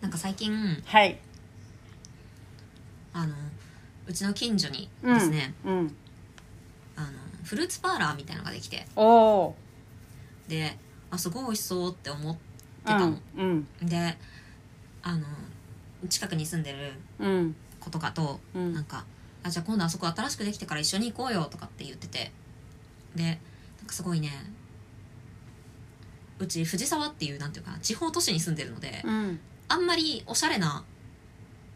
なんか最近はい。あのうちの近所にですね、うん。あのフルーツパーラーみたいなのができておお。であすごい美味しそうって思ってうたのん。、うん。であの近くに住んでるうん。子とかと、うんなんかあじゃあ今度あそこ新しくできてから一緒に行こうよとかって言っててでなんかすごいねうち藤沢っていうなんていうかな地方都市に住んでるので、うん。あんまりおしゃれな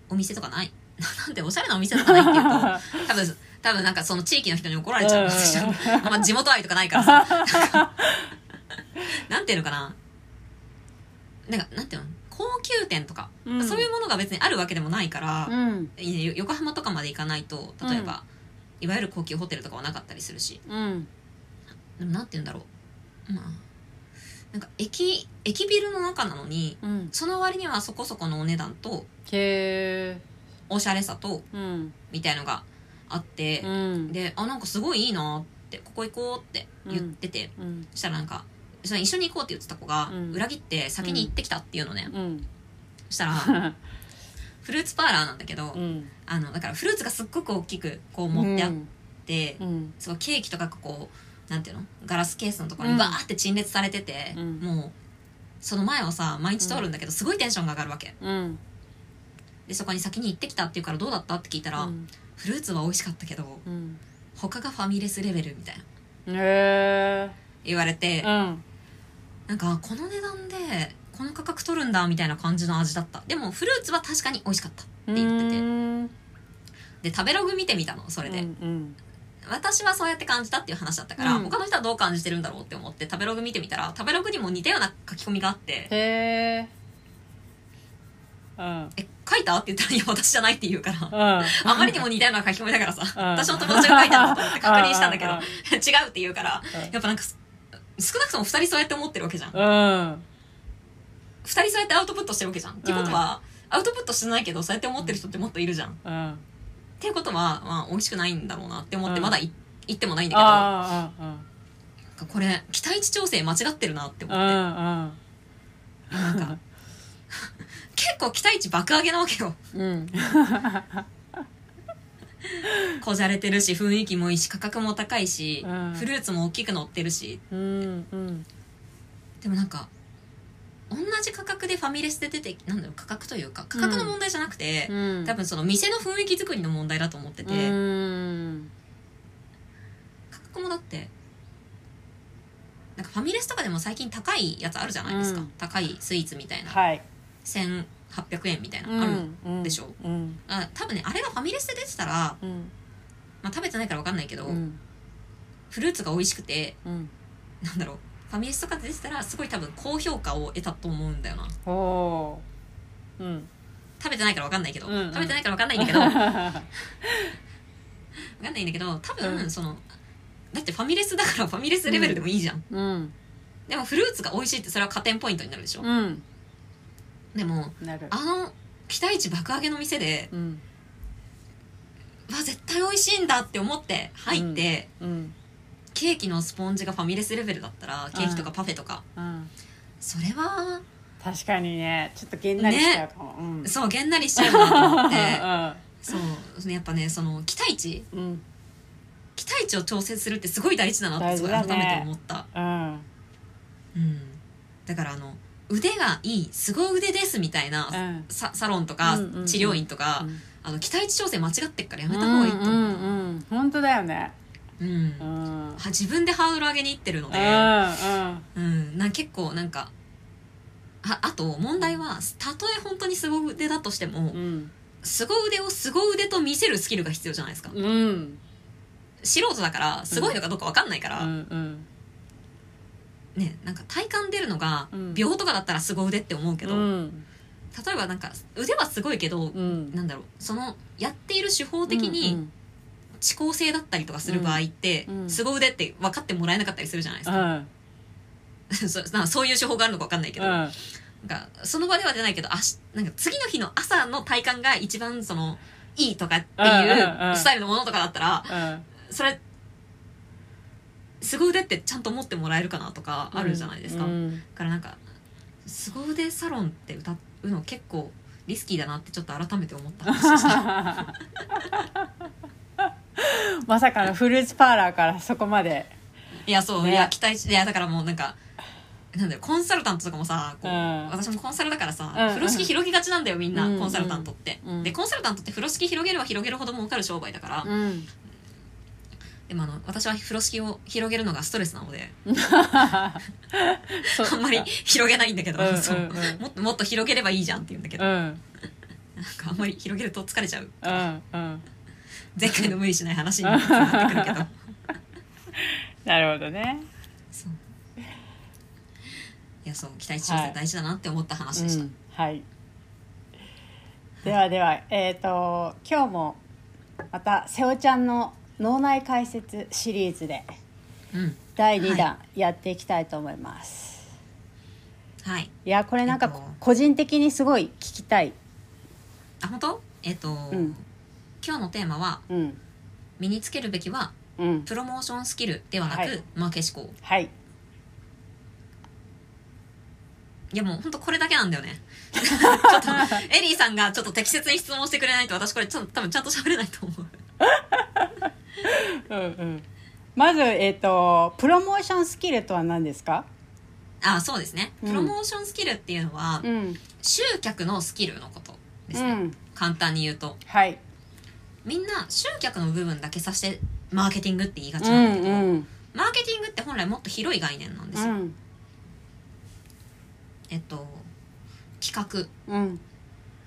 お店とかない なんでおしゃれなお店とかないっていうと多分多分なんかその地域の人に怒られちゃううん私はあんま地元愛とかないからさなんかなんていうのかななんかなんていうの高級店とか、うんそういうものが別にあるわけでもないから、うん。いや横浜とかまで行かないと例えば、いわゆる高級ホテルとかはなかったりするしうん。でもなんていうんだろうまあなんか駅駅ビルの中なのにうん。その割にはそこそこのお値段とへえ。おしゃれさとうん。みたいのがあってう、ん。であなんかすごいいいなってここ行こうって言ってて、うん。そしたらなんかそれ一緒に行こうって言ってた子がうん裏切って先に行ってきたっていうのね、うん。そ したらフルーツパーラーなんだけど、うん。あのだからフルーツがすっごく大きくこう持ってあって、うん。すごいケーキとかがこうなんていうのガラスケースのところうにんバーって陳列されてて、うんもうその前をさ毎日通るんだけどすごいテンションが上がるわけうん。でそこに先に行ってきたっていうからどうだったって聞いたら、フルーツは美味しかったけど、うん。他がファミレスレベルみたいなへえ。言われて、うん。なんかこの値段でこの価格取るんだみたいな感じの味だったでもフルーツは確かに美味しかったって言っててうん。で食べログ見てみたのそれで、うん。私はそうやって感じたっていう話だったから、うん他の人はどう感じてるんだろうって思って食べログ見てみたら食べログにも似たような書き込みがあってへえ。うん「え書いた?」って言ったら「いや私じゃない」って言うから。うん。あまりにも似たような書き込みだからさ、 うん私の友達が書いたんだと思って確認したんだけどうんうん、違うって言うからう、んやっぱなんかす、少なくとも二人そうやって思ってるわけじゃん。うん。二人そうやってアウトプットしてるわけじゃん。っていうことは、アウトプットしてないけど、そうやって思ってる人ってもっといるじゃん。っうん。ていうことは、まあ、美味しくないんだろうなって思って、うんまだい行ってもないんだけど、なああ。んかこれ、期待値調整間違ってるなってうん。思うって、ん。なんか、結構期待値爆上げなわ けよ。うん。こじゃれてるし、雰囲気もいいし、価格も高いし、うんフルーツも大きく乗ってるし、うん。うん。でもなんか、同じ価格でファミレスで出て、なんだろう、価格というか、価格の問題じゃなくて、うん。多分その店の雰囲気作りの問題だと思ってて、うん。価格もだってなんかファミレスとかでも最近高いやつあるじゃないですか、うん高いスイーツみたいなはい。 1800円みたいな、うんあるうんでしょうん。あ多分ねあれがファミレスで出てたら、まうん。あ、食べてないから分かんないけど、うん。フルーツが美味しくてうん。なんだろうファミレスとかで出てたらすごい多分高評価を得たと思うんだよなおおー。うん。食べてないから分かんないけど、うんうん食べてないから分かんないんだけ ど分かんないんだけど多分、うんそのだってファミレスだからファミレスレベルでもいいじゃん、うん。でもフルーツが美味しいってそれは加点ポイントになるでしょ、うん。でもなる。あの期待値爆上げの店でうん。わ絶対美味しいんだって思って入って、うん。ケーキのスポンジがファミレスレベルだったらケーキとかパフェとか、うん。それは確かにね、ちょっとげんなりしちゃうかも。うん。そうげんなりしちゃうなと思って うそうやっぱねその期待値ん。うん。期待値を調整するってすごい大事だなってすごい大改事だねめて思った、ううん。ん、だからあの腕がいいすご腕ですみたいな、うんササロンとか、うんうんうん治療院とか、うんあの期待値調整間違ってっからやうめんた方がいいと思う、うんうん。本当だよね。うんうはん。うん。自分でハードル上げにいってるので、ううん。ん、な結構なんかああと問題はたとえ本当に凄腕だとしてもうん。凄腕を凄腕と見せるスキルが必要じゃないですかうん。素人だからすごいのかどうか分かんないから、うん。ねなんか体感出るのがうん秒とかだったら凄腕って思うけうど、ん。例えばなんか腕はすごいけど、うんなんだろうそのやっている手法的に。遅効性だったりとかする場合って、うんうん凄腕って分かってもらえなかったりするじゃないですうか,、ん。そ なんかそういう手法があるのか分かんないけど、うん。なんかその場では出ないけどあしなんか次の日の朝の体感が一番そのいいとかってうんうんいううんスタイルのものとかだったらうん。それ凄腕ってちゃんと持ってもらえるかなとかあるじゃないですか、うん。だからなんか「凄腕サロン」って歌うの結構リスキーだなってちょっと改めて思った。 まさかのフルーツパーラーからそこまでいや、そう、ねいや、期待し、いや、だからもうなんか、なんだよ、コンサルタントとかもさ、こう、うん私もコンサルだからさ、うんうん風呂敷広げがちなんだよ、みんな、うんうんコンサルタントって、うんで、コンサルタントって風呂敷広げれば広げるほど儲かる商売だから、んでもあの、私は風呂敷を広げるのがストレスなので、 そあんまり広げないんだけど、うんうんうんそうもっともっと広げればいいじゃんって言うんだけど、うんなんかあんまり広げると疲れちゃう。うんうん前回の無理しない話になってくるけ ど。なるほどねそういや、そう、期待調整大事だなって思った話でした。うん、はいではではえっ、と今日もまた瀬尾ちゃんの脳内解説シリーズでうん。第2弾やっていきたいと思います、はい。い、やこれなんかえっと個人的にすごい聞きたいあ、本当えっ、と、うん今日のテーマはうん身につけるべきはうんプロモーションスキルではなく、はいマーケ思考はいいやもうほんとこれだけなんだよ ねちょっとエリーさんがちょっと適切に質問してくれないと私これちょっと多分ちゃんと喋れないと思ううんうんまずえっ、とプロモーションスキルとは何ですかあそうですねうんプロモーションスキルっていうのは、うん集客のスキルのことですうね、ん簡単に言うとはいみんな集客の部分だけさしてマーケティングって言いがちうなんだんけど、うんマーケティングって本来もっと広い概念なんでうすよ、んえっと企画うん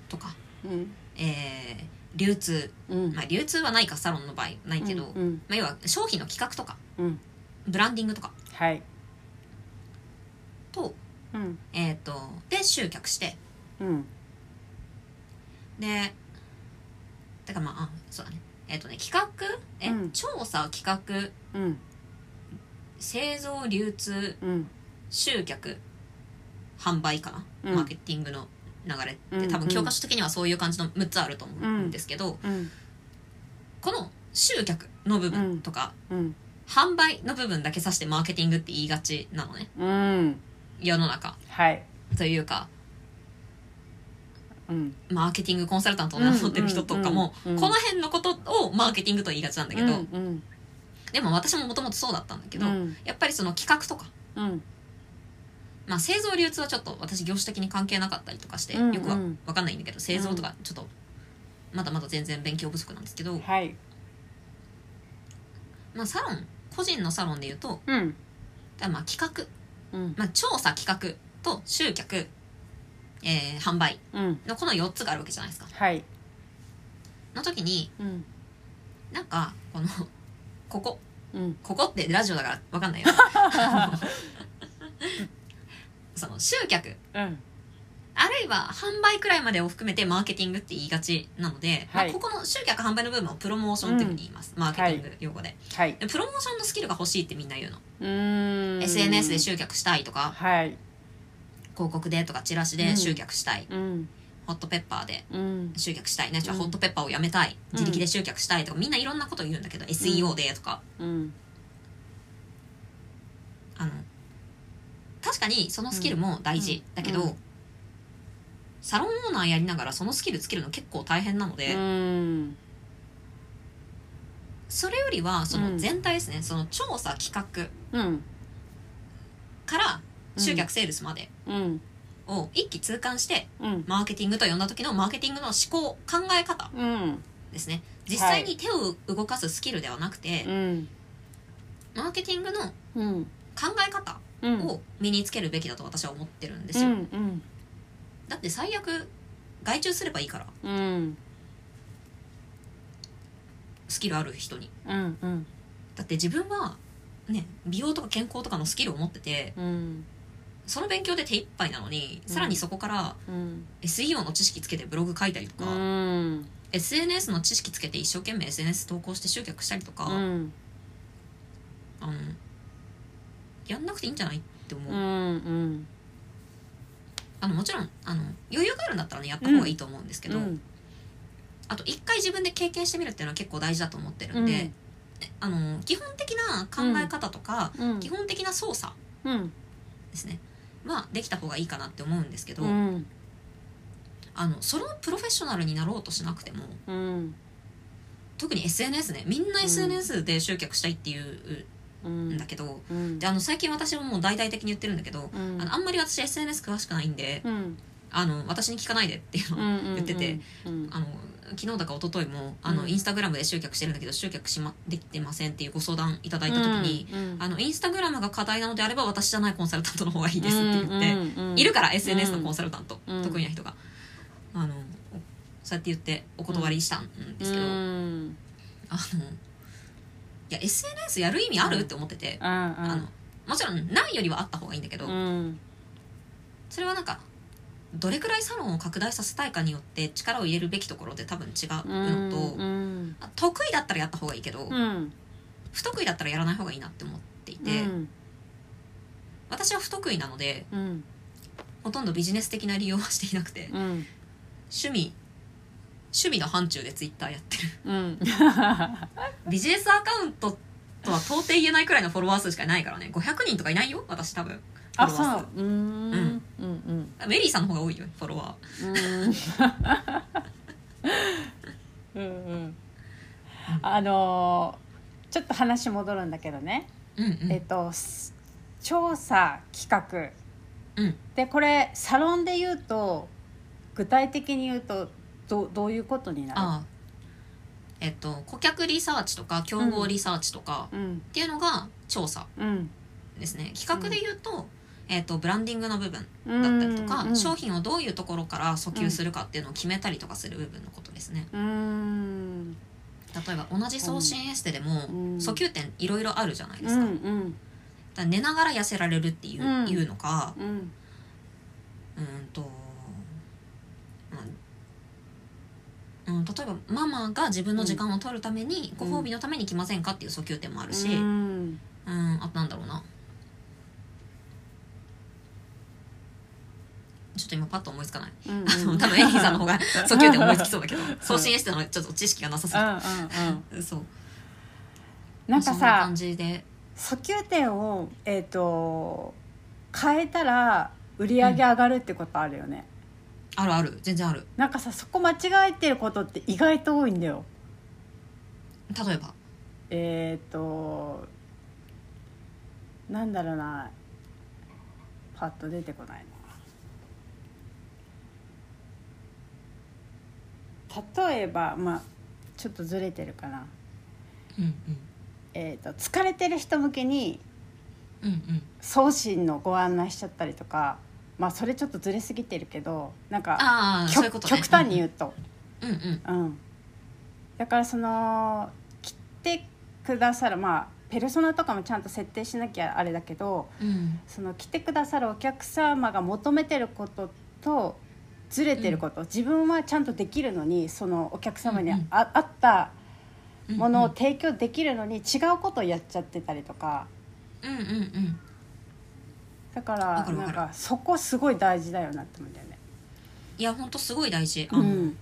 とか、うんえー流通うんまあ、流通はないかサロンの場合ないけど、うんうんまあ、要は商品の企画とかうんブランディングとかはいと,、うんえー、とで集客してうんでだからまああそうだねえっ、とね企画え、うん調査企画うん製造流通うん集客販売かな、うんマーケティングの流れって、うん多分うん教科書的にはそういう感じの6つあると思うんですけど、うんこの集客の部分とか、うん販売の部分だけ指してマーケティングって言いがちなのねうん世の中はいというかうんマーケティングコンサルタントを名乗ってる人とかも、うんうんうんこの辺のことをマーケティングと言いがちなんだけど、うんうんでも私ももともとそうだったんだけど、うんやっぱりその企画とか、うんまあ、製造流通はちょっと私業種的に関係なかったりとかして、うんうんよくは分かんないんだけど製造とかちょっとまだまだ全然勉強不足なんですけど、はいまあ、サロン個人のサロンで言うとうんだからまあ企画、うんまあ、調査企画と集客、えー販売うんのこの4つがあるわけじゃないですか。はいの時にうんなんかこのここうんここってラジオだから分かんないよ その集客うんあるいは販売くらいまでを含めてマーケティングって言いがちなので、はまいあ、ここの集客販売の部分をプロモーションっていうふうに言います、マーケティング用語で,はいで、プロモーションのスキルが欲しいってみんな言うの、うーん SNS で集客したいとかはい広告でとかチラシで集客したい、うんホットペッパーでうん集客したいないしはうんホットペッパーをやめたい、うん自力で集客したいとかみんないろんなこと言うんだけど、SEO でとかうんあの確かにそのスキルも大事、うんだけど、うんサロンオーナーやりながらそのスキルつけるの結構大変なので、うんそれよりはそうのん全体ですね、その調査企画うんからうん集客セールスまでうんを一気通貫してうんマーケティングと呼んだ時のマーケティングの思考考え方うんですね実際に手を動かすスキルではなくて、うんマーケティングのうん考え方うんを身につけるべきだと私は思ってるんですよ、うんうんだって最悪外注すればいいからうんスキルある人にうんうんだって自分はね美容とか健康とかのスキルを持っててうんその勉強で手一杯なのに、うんさらにそこからうん SEO の知識つけてブログ書いたりとうか、ん SNS の知識つけて一生懸命 SNS 投稿して集客したりとか、うんあのやんなくていいんじゃないって思う、うんあのもちろんあの余裕があるんだったらねやった方がいいと思うんですけど、うんあと一回自分で経験してみるっていうのは結構大事だと思ってるんで、うんあの基本的な考え方とか、うん基本的な操作うんですねはできた方がいいかなって思うんですけど、うんあのそのプロフェッショナルになろうとしなくてもうん特に SNS ねみんな SNS で集客したいっていううんんだけど、うんであの最近私ももう大々的に言ってるんだけど、うんあのあんまり私 SNS 詳しくないんで、うんあの私に聞かないでっていうのを言言ってて、うんあの昨日だか一昨日もあの、うんインスタグラムで集客してるんだけど集客しまできてませんっていうご相談いただいた時に、うんあのインスタグラムが課題なのであれば私じゃないコンサルタントの方がいいですって言って、うんうんいるから SNS のコンサルタント、うん得意な人があのそうやって言ってお断りしたんですけど、うんあのいや SNS やる意味ある、うんって思ってて、うんうんあのもちろんないよりはあった方がいいんだけど、うんそれはなんかどれくらいサロンを拡大させたいかによって力を入れるべきところって多分違うのと、うんあ得意だったらやった方がいいけど、うん不得意だったらやらない方がいいなって思っていて、うん私は不得意なのでうんほとんどビジネス的な利用はしていなくて、うん趣味趣味の範疇でツイッターやってる うんビジネスアカウントとは到底言えないくらいのフォロワー数しかいないからね500人とかいないよ私多分あフォロワーそううーんうんうん数メリーさんの方が多いよフォロワーうんうんあのーちょっと話戻るんだけどね、うんうんえっとす調査企画うんでこれサロンで言うと具体的に言うとどどういうことになるああえっと顧客リサーチとか競合リサーチとか、うんっていうのが調査うんですね企画で言うと,、えっとブランディングの部分だだったりとか、商品品をどういうところから訴求するかっていうのを決めたりとかする部分のことですね、うーん例えば同じ送信エステでもうん訴求点いろいろあるじゃないでうすか,、んうんだから寝ながら痩せられるっていう,、うんいうのかうんうーんと、うんうん、例えばママが自分の時間を取るために、うんご褒美のために来ませんかっていう訴求点もあるし、うん、うんあとなんだろうなちょっと今パッと思いつかないうんうんあの多分エリーさんの 方が訴求点思いつきそうだけど送信エステのちょっと知識がなさすうぎんて、うんうんそうなんそかんなさ感じで訴求点をえっ、と変えたら売り上げ上がるってことあるよね、あるある全然あるなんかさそこ間違えてることって意外と多いんだよ例えばえっ、となんだろうなパッと出てこないな例えばまあちょっとずれてるかな、うんえー、と疲れてる人向けにうんうんうん送信のご案内しちゃったりとかまあそれちょっとずれすぎてるけどなんかああ極そういうことね極端に言ううと、うんうんうん、だからその来てくださるまあペルソナとかもちゃんと設定しなきゃあれだけどうんその来てくださるお客様が求めてることとずれてること、自分はちゃんとできるのにそのお客様にあ,、うんうんあったうんものを提供できるのに違うことをやっちゃってたりとかうんうんうんだかわらかるわなかんるかそこすごい大事だよなって思うんだよね。いやほんとすごい大事あの、うん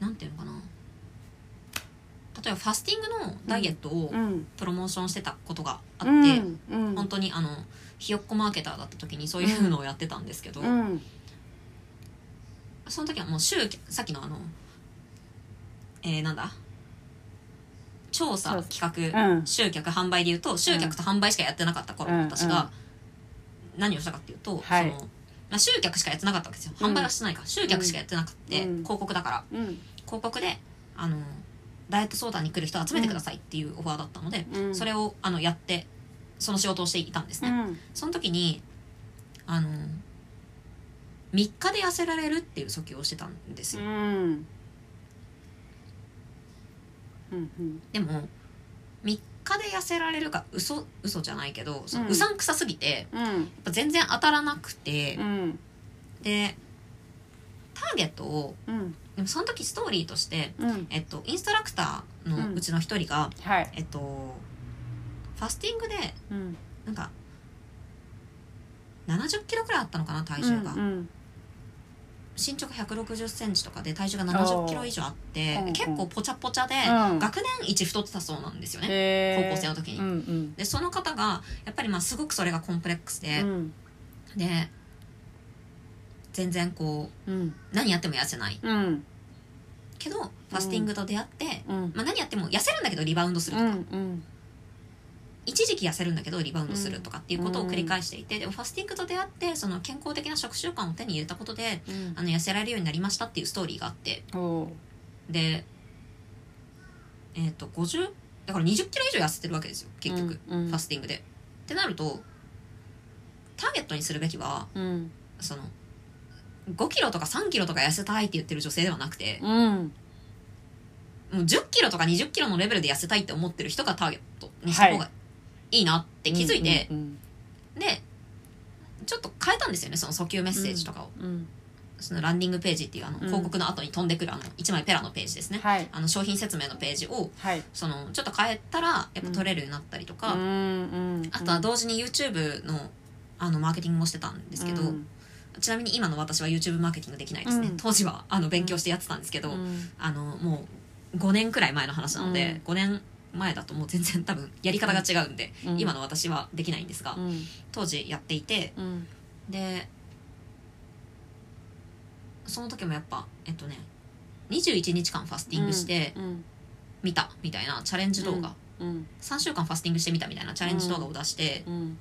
なんていうのかな例えばファスティングのダイエットをうんプロモーションしてたことがあって、うんうん本当にあのひよっこマーケターだった時にそういうのをやってたんですけど、うんその時はもう集さっきのあのえー、なんだ調査そう企う画、ん集客販売でいうと集客と販売しかやってなかった頃うんの私が何をしたかっていうと、はいそのまあ集客しかやってなかったわけですよ販売はしてないから、集客しかやってなくて、うん広告だからうん広告であのダイエット相談に来る人を集めてくださいっていうオファーだったので、うんそれをあのやってその仕事をしていたんですうね、んその時にあの3日で痩せられるっていう訴求をしてたんですうよ、んうんでも3日で痩せられるか嘘嘘じゃないけどそのうんうさんくさすぎて、やうんっぱ全然当たらなくてう、んでターゲットをうんでもその時ストーリーとして、うんえっと、インストラクターのうちの一人が、はいえっとファスティングでうんなんか70キロくらいあったのかな体重が、うん身長が1 6 0ンチとかで体重が7 0キロ以上あっておー結構ぽちゃぽちゃで、うん学年一太ってたそうなんですよね。へー高校生の時にうんうんでその方がやっぱりまあすごくそれがコンプレックスで、うんで全然こううん何やっても痩せないうんけどファスティングと出会って、うんまあ、何やっても痩せるんだけどリバウンドするうとか、んうん一時期痩せるんだけどリバウンドするとかっていうことを繰り返していて、でもファスティングと出会ってその健康的な食習慣を手に入れたことでうんあの痩せられるようになりましたっていうストーリーがあっておーでえっ、と50だから2 0キロ以上痩せてるわけですよ結局、うんうんファスティングで。ってなるとターゲットにするべきはうんその5キロとか3キロとか痩せたいって言ってる女性ではなくてうんもう10キロとか20キロのレベルで痩せたいって思ってる人がターゲットにした方がいいなって気づいて、うんでちょっと変えたんですよねその訴求メッセージとかを、うんそのランディングページっていうあのうん広告の後に飛んでくるあの1枚ペラのページですね、はいあの商品説明のページをはいそのちょっと変えたらやっぱ取れるようになったりとか、うんうんあとは同時に YouTube のあのマーケティングもしてたんですけど、うんちなみに今の私は YouTube マーケティングできないですね、うん当時はあの勉強してやってたんですけど、あのもう5年くらい前の話なので、5年前だともう全然多分やり方が違うんで、うん今の私はできないんですが、うん当時やっていてうんでその時もやっぱえっとね21日間ファスティングしてうん見たみたいなチャレンジ動画、うん3週間ファスティングしてみたみたいなチャレンジ動画を出して、うん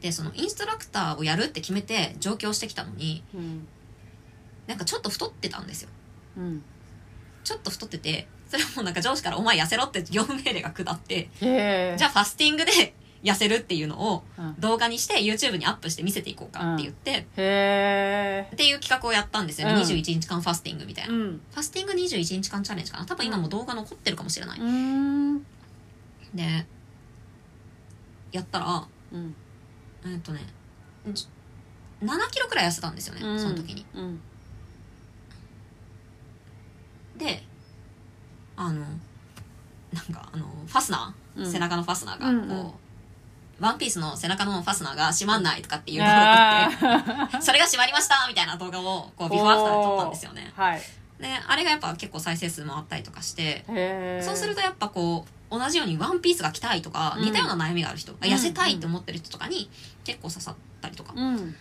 でそのインストラクターをやるって決めて上京してきたのにうんなんかちょっと太ってたんですようんちょっと太っててそれもなんか上司から「お前痩せろ」って業務命令が下ってへえじゃあファスティングで痩せるっていうのをうん動画にして YouTube にアップして見せていこうかって言って、へえっていう企画をやったんですよね、うん21日間ファスティングみたいな、うんファスティング21日間チャレンジかな多分今も動画残ってるかもしれない、うんでやったらうんえっとねじ7キロくらい痩せたんですよね、うんその時にうんであのなんかあのファスナー、うん背中のファスナーがこう、うんうんワンピースの背中のファスナーが閉まんないとかっていう動画がああってーそれが閉まりましたみたいな動画をこうビフォーアフターで撮ったんですよねはいであれがやっぱ結構再生数もあったりとかしてへえそうするとやっぱこう同じようにワンピースが着たいとか、うん似たような悩みがある人痩せたいって思ってる人とかに結構刺さったりとか、うん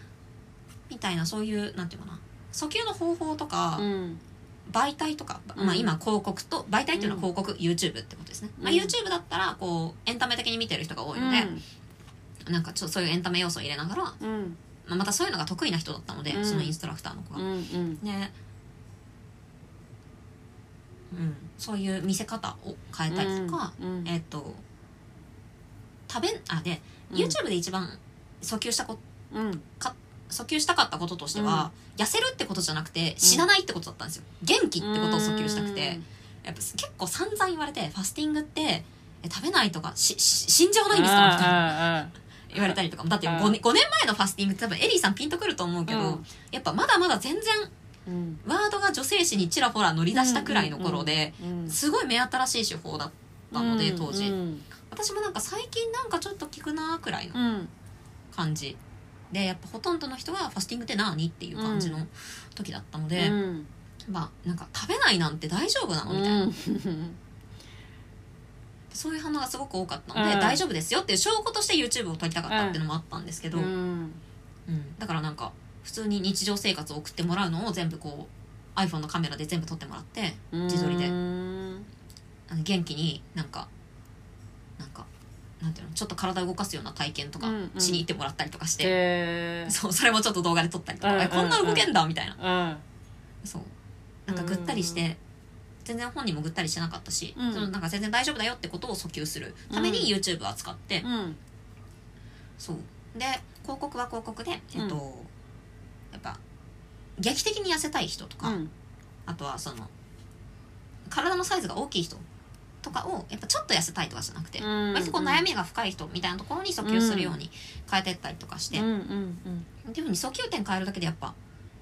みたいなそういうなんていうかな訴求の方法とか、うん媒体とか、うんまあ、今広告と媒体っていうのは広告、YouTube ってことですね、まあ、うん YouTube だったらこうエンタメ的に見てる人が多いので、なんかちょっとそういうエンタメ要素を入れながら、まうんうんあ、またそういうのが得意な人だったので、うんそのインストラクターの子が。うんうんねうん、そういう見せ方を変えたりとか、うんえっ、と食べんあで、うん YouTube で一番訴求したこうん訴求したかったこととしては、痩せるってことじゃなくて死なないってことだったんですよ元気ってことを訴求したくて、やっぱ結構散々言われてファスティングってえ食べないとかしし死んじゃわないんですかみたいな言われたりとかもだってうん 5, 年5年前のファスティングって多分エリーさんピンとくると思うけど、うんやっぱまだまだ全然うんワードが女性誌にちらほら乗り出したくらいの頃で、うんすごい目新しい手法だったので、当時、うん私もなんか最近なんかちょっと聞くなーくらいのうん感じでやっぱほとんどの人はファスティングって何っていう感じの時だったので、うんまあなんか食べないなんて大丈夫なのみたいな、うんそういう反応がすごく多かったので、うん大丈夫ですよっていう証拠として YouTube を撮りたかったっていうのもあったんですけど、うんうんだからなんか普通に日常生活を送ってもらうのを全部こう iPhone のカメラで全部撮ってもらって自撮りでうんあの元気になんかなんかなんていうのちょっと体を動かすような体験とかうんうんしに行ってもらったりとかして、へえそうそれもちょっと動画で撮ったりとか、うんえこんな動けんだみたいなうんそうなんかぐったりして全然本人もぐったりしてなかったし、うんそのなんか全然大丈夫だよってことを訴求するためにうん YouTube は使って、うんそうで広告は広告で、うんえっとやっぱ劇的に痩せたい人とうか、んあとはその体のサイズが大きい人とかをやっぱちょっと痩せたいとかじゃなくて、うん割とこう悩みが深い人みたいなところに訴求するように変えてったりとかして、うんうんっていうふうに訴求点変えるだけでやっぱ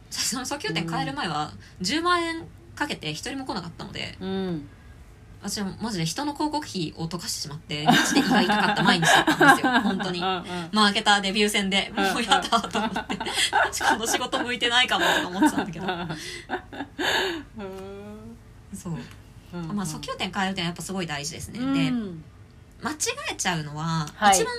その訴求点変える前は10万円かけて一人も来なかったのでうんうん私はマジで人の広告費を溶かしてしまってマジで胃が痛かった毎日だったん ですよ本当にうん。うんマーケターデビュー戦でもうやだと思ってこの仕事向いてないかもとか思ってたんだけどそう、まあ、訴求点変える点はやっぱすごい大事ですね、うんで間違えちゃうのは、はい一番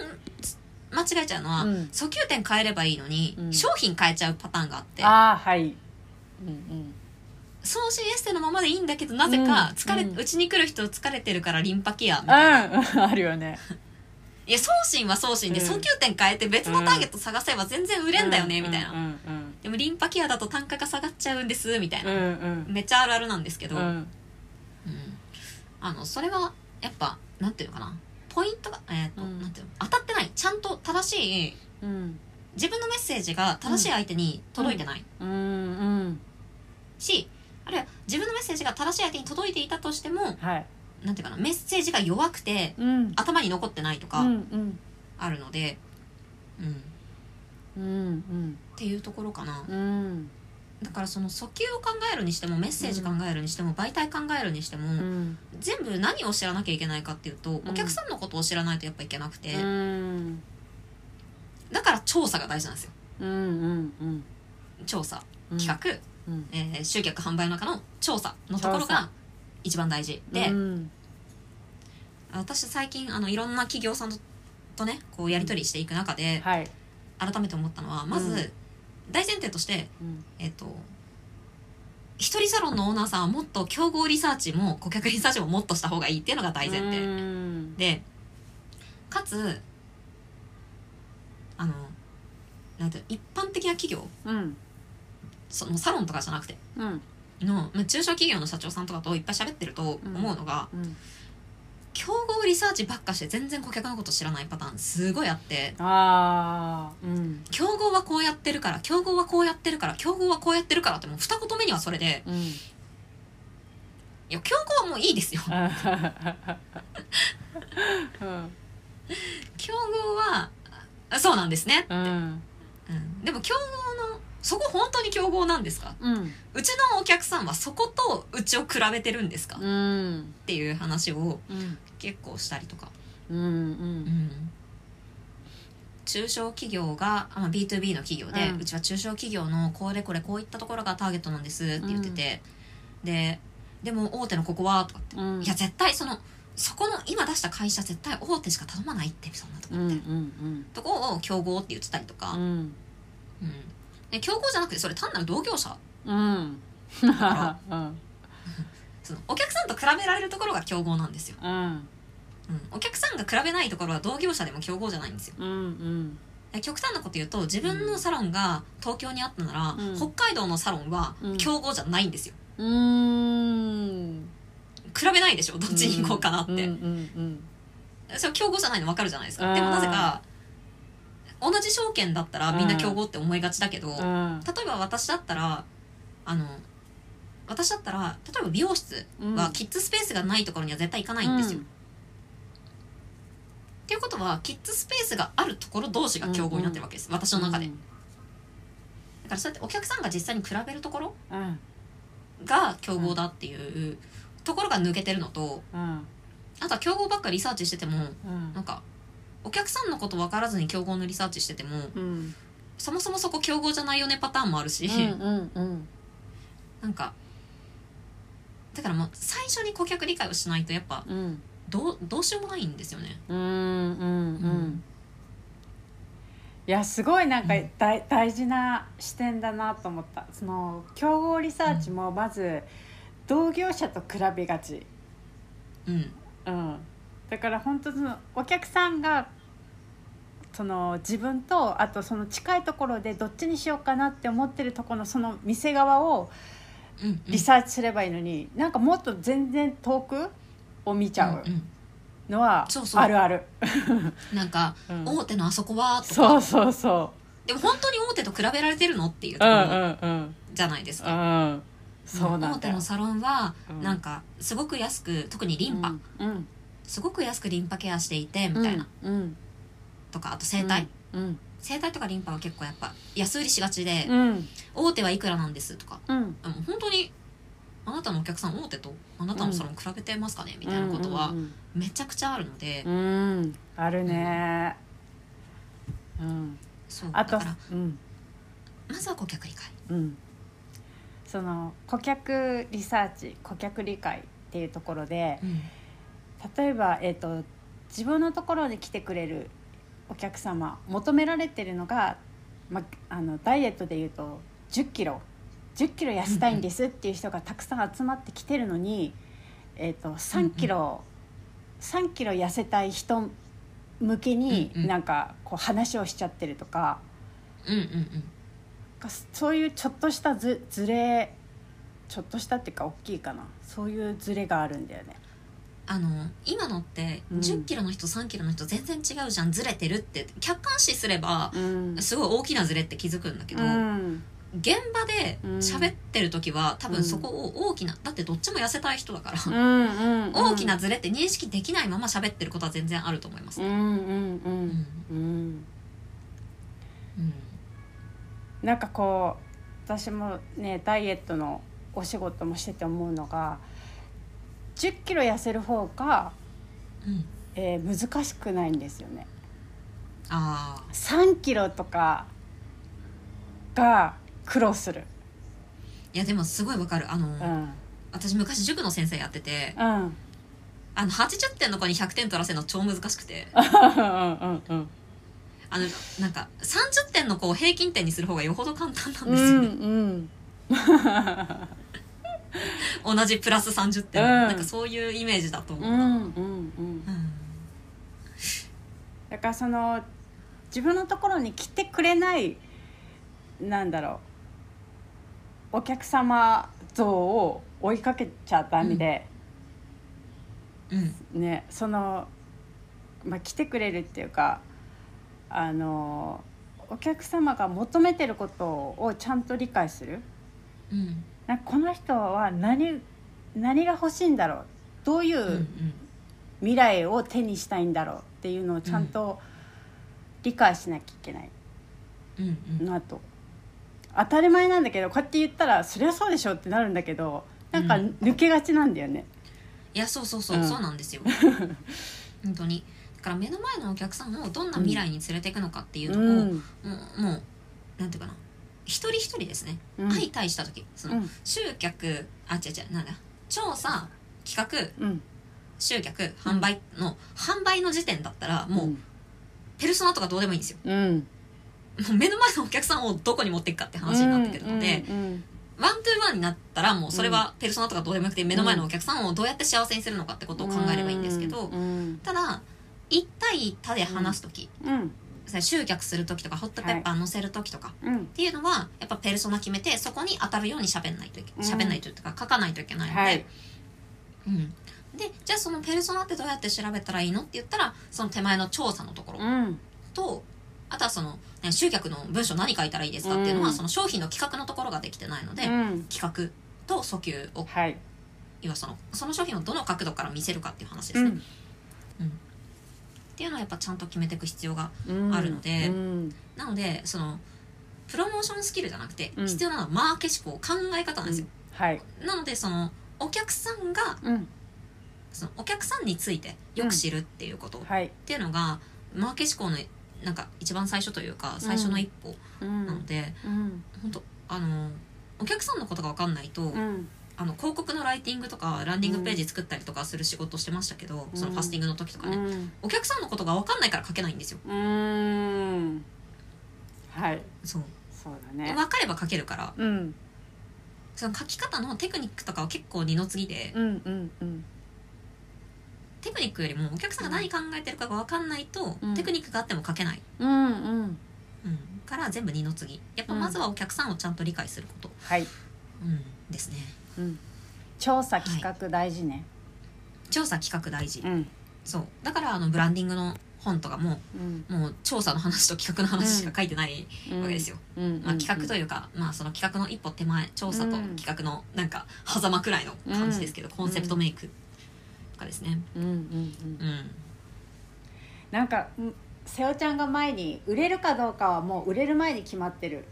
間違えちゃうのは、うん訴求点変えればいいのに、うん商品変えちゃうパターンがあってああはい、うんうん、送信エステのままでいいんだけどなぜかうん疲れ、うんうちに来る人疲れてるからリンパケアみうん たいな、あるよねいや送信は送信で、うん訴求点変えて別のターゲット探せば全然売れんだよね、みたいな、うんうんでもリンパケアだと単価が下がっちゃうんですみたいうんうな、んめっちゃあるあるなんですけど、ううんんあのそれはやっぱなんていうのかなポイントが、えーとうんなんていうの当たってないちゃんと正しいうん自分のメッセージが正しい相手に届いてない、うんうんしあるいは自分のメッセージが正しい相手に届いていたとしてもはいなんていうかなメッセージが弱くてうん頭に残ってないとうかんあるので、うんっうんうんていうところかなうんうんだからその訴求を考えるにしてもメッセージ考えるにしても媒体考えるにしても、うん全部何を知らなきゃいけないかっていうと、お客さんのことを知らないとやっぱいけなくて、うんだから調査が大事なんですようんうんうん調査うん企画、うんえー集客販売の中の調査のところ調査が一番大事で、うん私最近あのいろんな企業さんととねこうやり取りしていく中ではい改めて思ったのはまず、うん大前提としてうんえっ、と一人サロンのオーナーさんはもっと競合リサーチも顧客リサーチももっとした方がいいっていうのが大前提、うんでかつあのなんていうの一般的な企業うんそのサロンとかじゃなくてうんの、まあ、中小企業の社長さんとかといっぱい喋ってるとうん思うのが、うん競合リサーチばっかして全然顧客のこと知らないパターンすごいあってああうん競合はこうやってるから競合はこうやってるから競合はこうやってるからってもう二言目にはそれでうんいや競合はもういいですようん競合はあそうなんですね、うんうん、でも競合のそこ本当に競合なんですかうんうちのお客さんはそことうちを比べてるんですか、っうんていう話をうん結構したりとか、うんうん中小企業が、あまあ、B2B の企業で、ううんちは中小企業のこれこれこういったところがターゲットなんですって言ってて、ででも大手のここはとかって、うんいや絶対そのそこの今出した会社絶対大手しか頼まないってそんなとこうっんて、うんとこを競合って言ってたりとうか、んうんで競合じゃなくてそれ単なる同業者うんらうんそのお客さんと比べられるところが競合なんですようんうん、お客さんが比べないところは同業者でも競合じゃないんですようんえ極端なこと言うと自分のサロンが東京にあったなら、うん北海道のサロンはうん競合じゃないんですようん比べないでしょどっちに行こうかなって、うんうんそれは競合じゃないの分かるじゃないですかあーでもなぜか同じ証券だったらみんな競合って思いがちだけど、う例んえば私だったらあの私だったら例えば美容室はキッズスペースがないところには絶対行かないんですよ、っていうことはキッズスペースがあるところ同士が競合になってるわけです、私の中で、だからそうやってお客さんが実際に比べるところうんが競合だっていうところが抜けてるのとうんあとは競合ばっかリサーチしててもうんなんかお客さんのこと分からずに競合のリサーチしててもうんそもそもそこ競合じゃないよねパターンもあるし、うんうんなんかだからもう最初に顧客理解をしないとやっぱうんどうどうしようもないんですよね。うんうんううんんいやすごいなんかうん大,、大事な視点だなと思ったその競合リサーチもまず同業者と比べがち、うんうん、だから本当そのお客さんがその自分とあとその近いところでどっちにしようかなって思ってるところのその店側をうんうん、リサーチすればいいのに、なんかもっと全然遠くを見ちゃうんんのはそうそうあるある。なんか、うん大手のあそこはとそうかそうそでも本当に大手と比べられてるのっていうう。とうこんうろんうん。じゃないですか。うん、そうな大んだ手よの。サロンはうんなんかすごく安く特にリンパ、うん、すごく安くリンパケアしていてみたいな、うん、うん、とかあと整体、うん、整体とかリンパは結構やっぱ安売りしがちで、うん、大手はいくらなんですとかうん、でも本当にあなたのお客さん大手とあなたのサロン比べてますかねみたいなことはうん、めちゃくちゃあるので、うんうんあるね。うん、そうだあとか、らうん、まずは顧客理解うん。その顧客リサーチ、顧客理解っていうところで、うん例えば、えっ、と、自分のところに来てくれる。お客様求められてるのが、ま、あのダイエットでいうと1 0キロ1 0キロ痩せたいんですっていう人がたくさん集まってきてるのに、えー、と3キロ、3キロ痩せたい人向けにうんうんなんかこう話をしちゃってるとか、うんうんうんなんかそういうちょっとしたずずれちょっとしたっていうか大きいかなそういうずれがあるんだよね。あの今のってうん1 0キロの人3キロの人全然違うじゃんずれてるって客観視すればうんすごい大きなずれって気づくんだけど、うん現場で喋ってる時は多分そこを大きなだってどっちも痩せたい人だから、うんうんうん、大きなズレって認識できないまま喋ってることは全然あると思いますうんうね。んううんんうんうんなんかこう私もねダイエットのお仕事もしてて思うのが1 0キロ痩せる方が、うんえー難しくないんですよね。あ3キロとかが苦労する。ーいやでもすごいわかるあの、うん私昔塾の先生やっててうんあの80点の子に100点取らせるの超難しくてうんうんうんあのなんか30点の子を平均点にする方がよほど簡単なんうですよね、ん同じプラス30点、うんなんかそういうイメージだと思ううな、うんんうんだからその自分のところに来てくれないなんだろうお客様像を追いかけちゃダメで、うんねその、まあ、来てくれるっていうかあのお客様が求めてることをちゃんと理解するうんなんかこの人は何何が欲しいんだろうどういうんううん未来を手にしたいんだろうっていうのをちゃんと理解しなきゃいけない。うんうんなと当たり前なんだけどこうやって言ったらそりゃそうでしょってなるんだけどなんかうん抜けがちなんだよね。いやそうそうそう、うんそうなんです よ本当にだから目の前のお客さんをどんな未来に連れていくのかっていううのを、んもうもうなんていうかな一人一人ですね、うん相対した時その、うん集客あ違う違うなんだ調査企画うん集客販売の、販売の時点だったらもう、ペルソナとかどうでもいいんですよ うんもう目の前のお客さんをどこに持っていくかって話になってくるので、うんうんワントゥーワンになったらもうそれはペルソナとかどうでもよくて目の前のお客さんをどうやって幸せにするのかってことを考えればいいんですけど、うんただ1対1で話す時、うん集客する時とかホットペッパー乗せる時とか、うんっていうのはやっぱペルソナ決めてそこに当たるように喋んないといけうん喋んないというか書かないといけないので、はいうん、でじゃあそのペルソナってどうやって調べたらいいのって言ったらその手前の調査のところうんとあとはその、ね、集客の文章何書いたらいいですかっていうのは、うんその商品の企画のところができてないので、うん企画と訴求をはい要はそのその商品をどの角度から見せるかっていう話でうすね、っんていうのはやっぱちゃんと決めていく必要がうんあるのでうんなのでそのプロモーションスキルじゃなくてうん必要なのはマーケ思考考え方なんですよ、はいなのでそのお客さんがうんそのお客さんについてよく知るっていうことっはいていうのが、マーケ思考のなんか一番最初というか最初の一歩うなのんで、うん本当あのお客さんのことが分かんないと、うんあの広告のライティングとかランディングページ作ったりとかする仕事してましたけど、うんそのファスティングの時とかね、うんお客さんのことが分かんないから書けないんですようんはいそうそうだ分ねかれば書けるからうんその書き方のテクニックとかは結構二の次で、うんうんうんテクニックよりもお客さんが何考えてるかが分かんないと、うんテクニックがあっても書けないうんうんうん、から全部二の次やっぱまずはお客さんをちゃんと理解すること、はいうん、ですねうん調査企画大事ね調査企画大事、うんそうだからあのブランディングの本とかもうんもう調査の話と企画の話しか書いてないわけですよ、うんまあ、企画といういうか、まあ、その企画の一歩手前調査とうん企画のなんか狭間くらいの感じですけど、コンセプトメイクとかですねうんうんうんうんなんかうん瀬尾ちゃんが前に売れるかどうかはもう売れる前に決まってるっ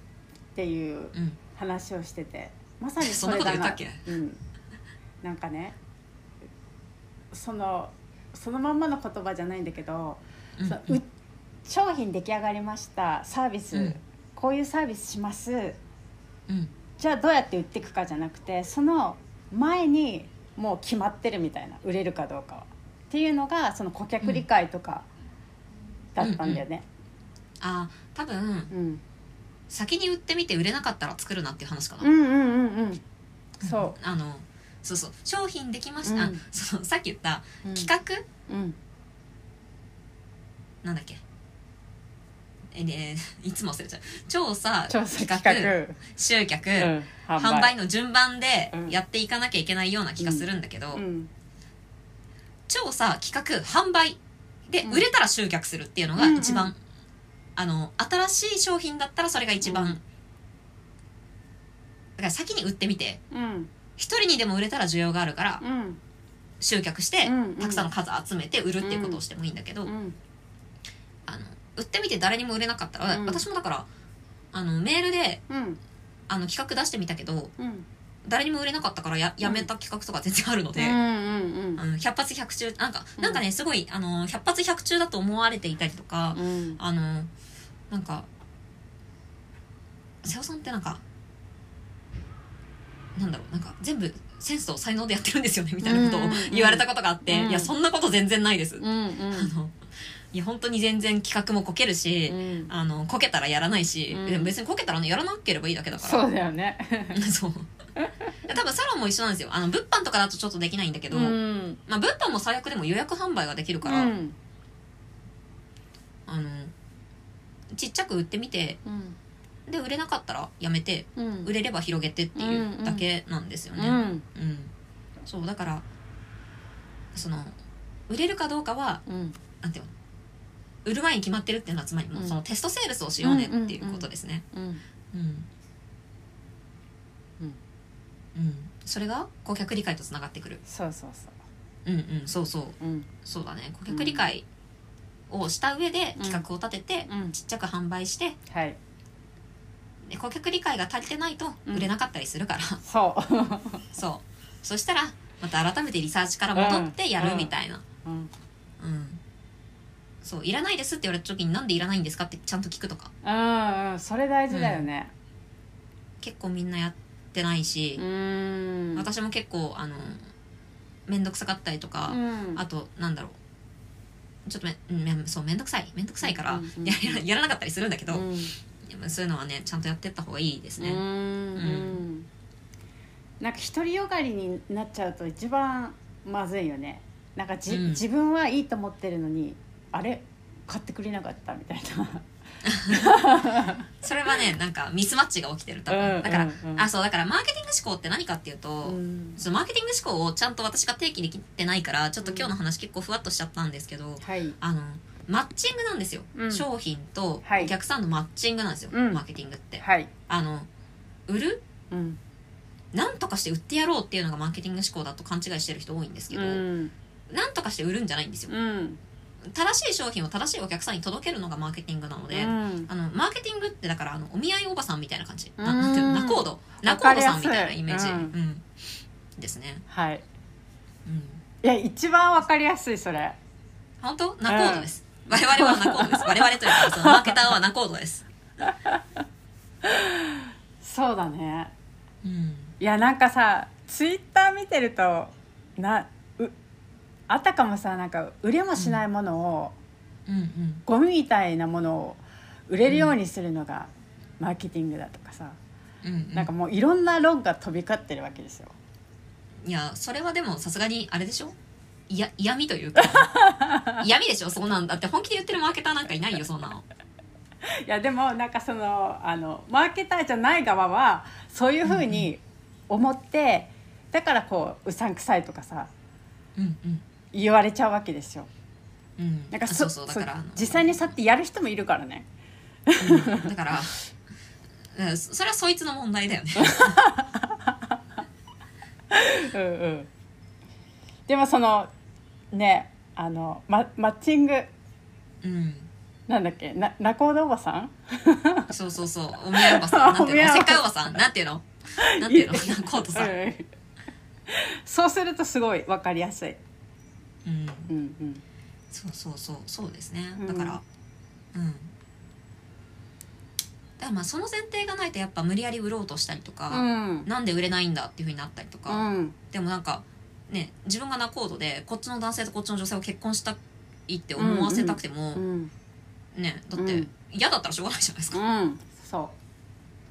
ていううん話をしててまさに そそんなれこと言だったなっけうんなんかねそのそのまんまの言葉じゃないんだけど、うんそうう商品出来上がりましたサービス、うんこういうサービスしますうんじゃあどうやって売っていくかじゃなくてその前にもう決まってるみたいな売れるかどうかはっていうのがその顧客理解とかだったんだよね。あー多分うん、先に売ってみて売れなかったら作るなっていう話かうな、ん、うんうんうんそあのそうそう商品できました、うんそのさっき言ったう、うん企、画、うん、なんだっけえ ねいつも忘れちゃう調査調査企企画画、集客、うん、販売の順番でうんやっていかなきゃいけないような気がするんだけど、うん、調査企画販売でうん売れたら集客するっていうのが一番、うんあの新しい商品だったらそれが一番、うんだから先に売ってみてうん、一人にでも売れたら需要があるからうん、集客して、うんたくさんの数集めて売るっていうことをしてもいいんだけど、うん、あの売ってみて誰にも売れなかったら、うん私もだからあのメールでうん、あの企画出してみたけどうん、誰にも売れなかったからややめた企画とか全然あるので。うん、あの百発百中なんか、うんなんかねすごいあの百発百中だと思われていたりとか、うん、あのなんか瀬尾さんってなんかなんだろうなんか全部センスと才能でやってるんですよねみたいなことをうんうんうん言われたことがあって、うんいやそんなこと全然ないです、うん、うん、あのいや本当に全然企画もこけるし、うん、あのこけたらやらないし、うんでも別にこけたらねやらなければいいだけだからそうだよね。 そう多分サロンも一緒なんですよあの物販とかだとちょっとできないんだけど、うん、まあ、物販も最悪でも予約販売ができるうから、ん、あのちっちゃく売ってみてうん、で売れなかったらやめてうん、売れれば広げてっていうだけなんですよね。ううんん、そうだからその売れるかどうかはうん、なんていうの売る前に決まってるっていうのはつまりもううんそのテストセールスをしようねっていうことですね。うん、うんうんうんそれが顧客理解とつながってくる。そうそうそうんうんそうそうう。うん、そうだね顧客理解をした上で企画を立てて、うん、ちっちゃく販売してはい、で顧客理解が足りてないとうん売れなかったりするから、 そう。そうそしたらまた改めてリサーチから戻ってやうるんみたいな、うん、うんそういらないですって言われた時になんでいらないんですかってちゃんと聞くとかうん、それ大事だよね。結構みんなやってないしう、ん、、私も結構あの面倒くさかったりとかう、ん、あとなんだろうちょっとめめんそう面倒くさい面倒くさいから、うんうんやややらなかったりするんだけど、うん、そういうのはねちゃんとやってった方がいいですうね、んうんなんか独りよがりになっちゃうと一番まずいよねなんかじ、うん自分はいいと思ってるのにあれ買ってくれなかったみたいなそれはねなんかミスマッチが起きてる多分、うんだから、うんうんあそうだからマーケティング思考って何かっていうと、うんそのマーケティング思考をちゃんと私が定義できてないからちょっと今日の話結構ふわっとしちゃったんですけど、はいあのマッチングなんですよ、うん商品とはいお客さんのマッチングなんですよ、うんマーケティングって、はいあの売るうんなんとかして売ってやろうっていうのがマーケティング思考だと勘違いしてる人多いんですけうど、んなんとかして売るんじゃないんですようん正しい商品を正しいお客さんに届けるのがマーケティングなのうで、んあのマーケティングってだからあのお見合いおばさんみたいな感じ、なうんなんていうのナコードナコードさんみたいなイメージ、わうかんりやすですね、はいうん、いや一番わかりやすいそれ本当ナコードです、我々はナコード です我々というかそのマーケターはナコードです、そうだねうん、いやなんかさツイッター見てるとなうあたかもさなんか売れもしないものを、うんうんゴミみたいなものを売れるようにするのがマーケティングだとかさ、うんうんなんかもういろんな論が飛び交ってるわけですよ。いやそれはでもさすがにあれでしょいや嫌味という か嫌味でしょそうなんだって本気で言ってるマーケターなんかいないよそんなのいやでもなんかそのあのマーケターじゃない側はそういうふうに思って、だからこううさんくさいとかさうんうん言われちゃうわけですよ。うん、なんあかそうそうだからあそのう実際にさってやる人もいるからね。うん だからうんそそれはそいつの問題だ よねうんうん、でもそのねあのママッチングうんなんだっけな仲人おばさんそうそうそう。お宮おばさん。なんていうのおおせ宮おばさんっかいおばさん。なんていうのなんていうのコートさん。うん。うんそうするとすごいわかりやすい。うんうん。そうそうそう。そうですねう。んだから、うん。だからまあその前提がないとやっぱ無理やり売ろうとしたりとうか、ん。なんで売れないんだっていうふうになったりとうか、ん。でもなんか、ね、自分が仲人で、こっちの男性とこっちの女性を結婚したいって思わせたくても、うん。ねだって、うん嫌だったらしょうがないじゃないですか、うんそ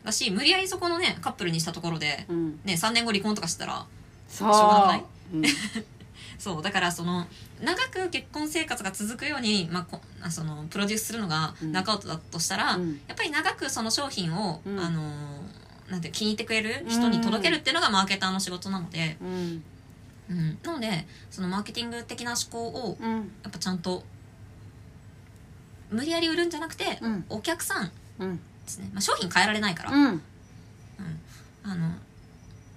だし無理やりそこのねカップルにしたところで、ううんね、3年後離婚とかしてたらそうしょうがないうんそうだからその長く結婚生活が続くように、まあ、こあそのプロデュースするのがうん中尾だとしたら、うんやっぱり長くその商品を、うんあのーなんていう気に入ってくれる人に届けるっていうのがマーケターの仕事なので、うんうん、なのでそのマーケティング的な思考をうんやっぱちゃんと無理やり売るんじゃなくて、うんお客さんうんですね、まあ、商品変えられないから、うんあの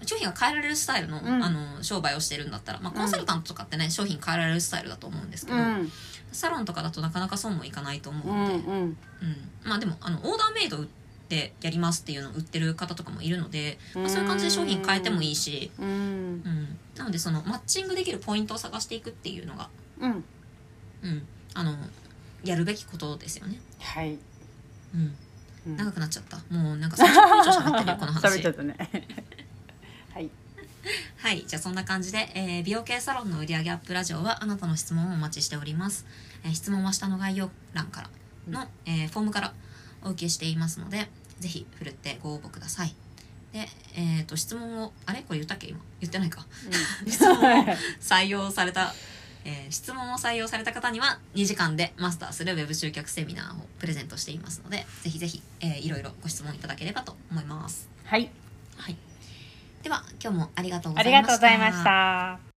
商品が変えられるスタイルの,、うんあの商売をしてるんだったら、まあ、コンサルタントとかってね、商品変えられるスタイルだと思うんですけうど、んサロンとかだとなかなかそうもいかないと思ううので、うんんまあでもあのオーダーメイド売ってやりますっていうのを売ってる方とかもいるので、まあ、そういう感じで商品変えてもいいし、うんうん、なのでそのマッチングできるポイントを探していくっていうのが、うんうん、あのやるべきことですよね。はいうん、うん長くなっちゃったもうなんか30分以上喋ってるよこの 喋っ話ちゃったね はいはい。じゃあそんな感じで、えー美容系サロンの売り上げアップラジオはあなたの質問をお待ちしております。えー質問は下の概要欄からの、えーフォームからお受けしていますので、ぜひ振るってご応募ください。で、えっ、と、質問を、あれこれ言ったっけ今。言ってないか。質問を採用された、えー質問を採用された方には2時間でマスターするウェブ集客セミナーをプレゼントしていますので、ぜひぜひ、えーいろいろご質問いただければと思います。はいはい。では、今日もありがとうごあざりいまがした。とうございまし。た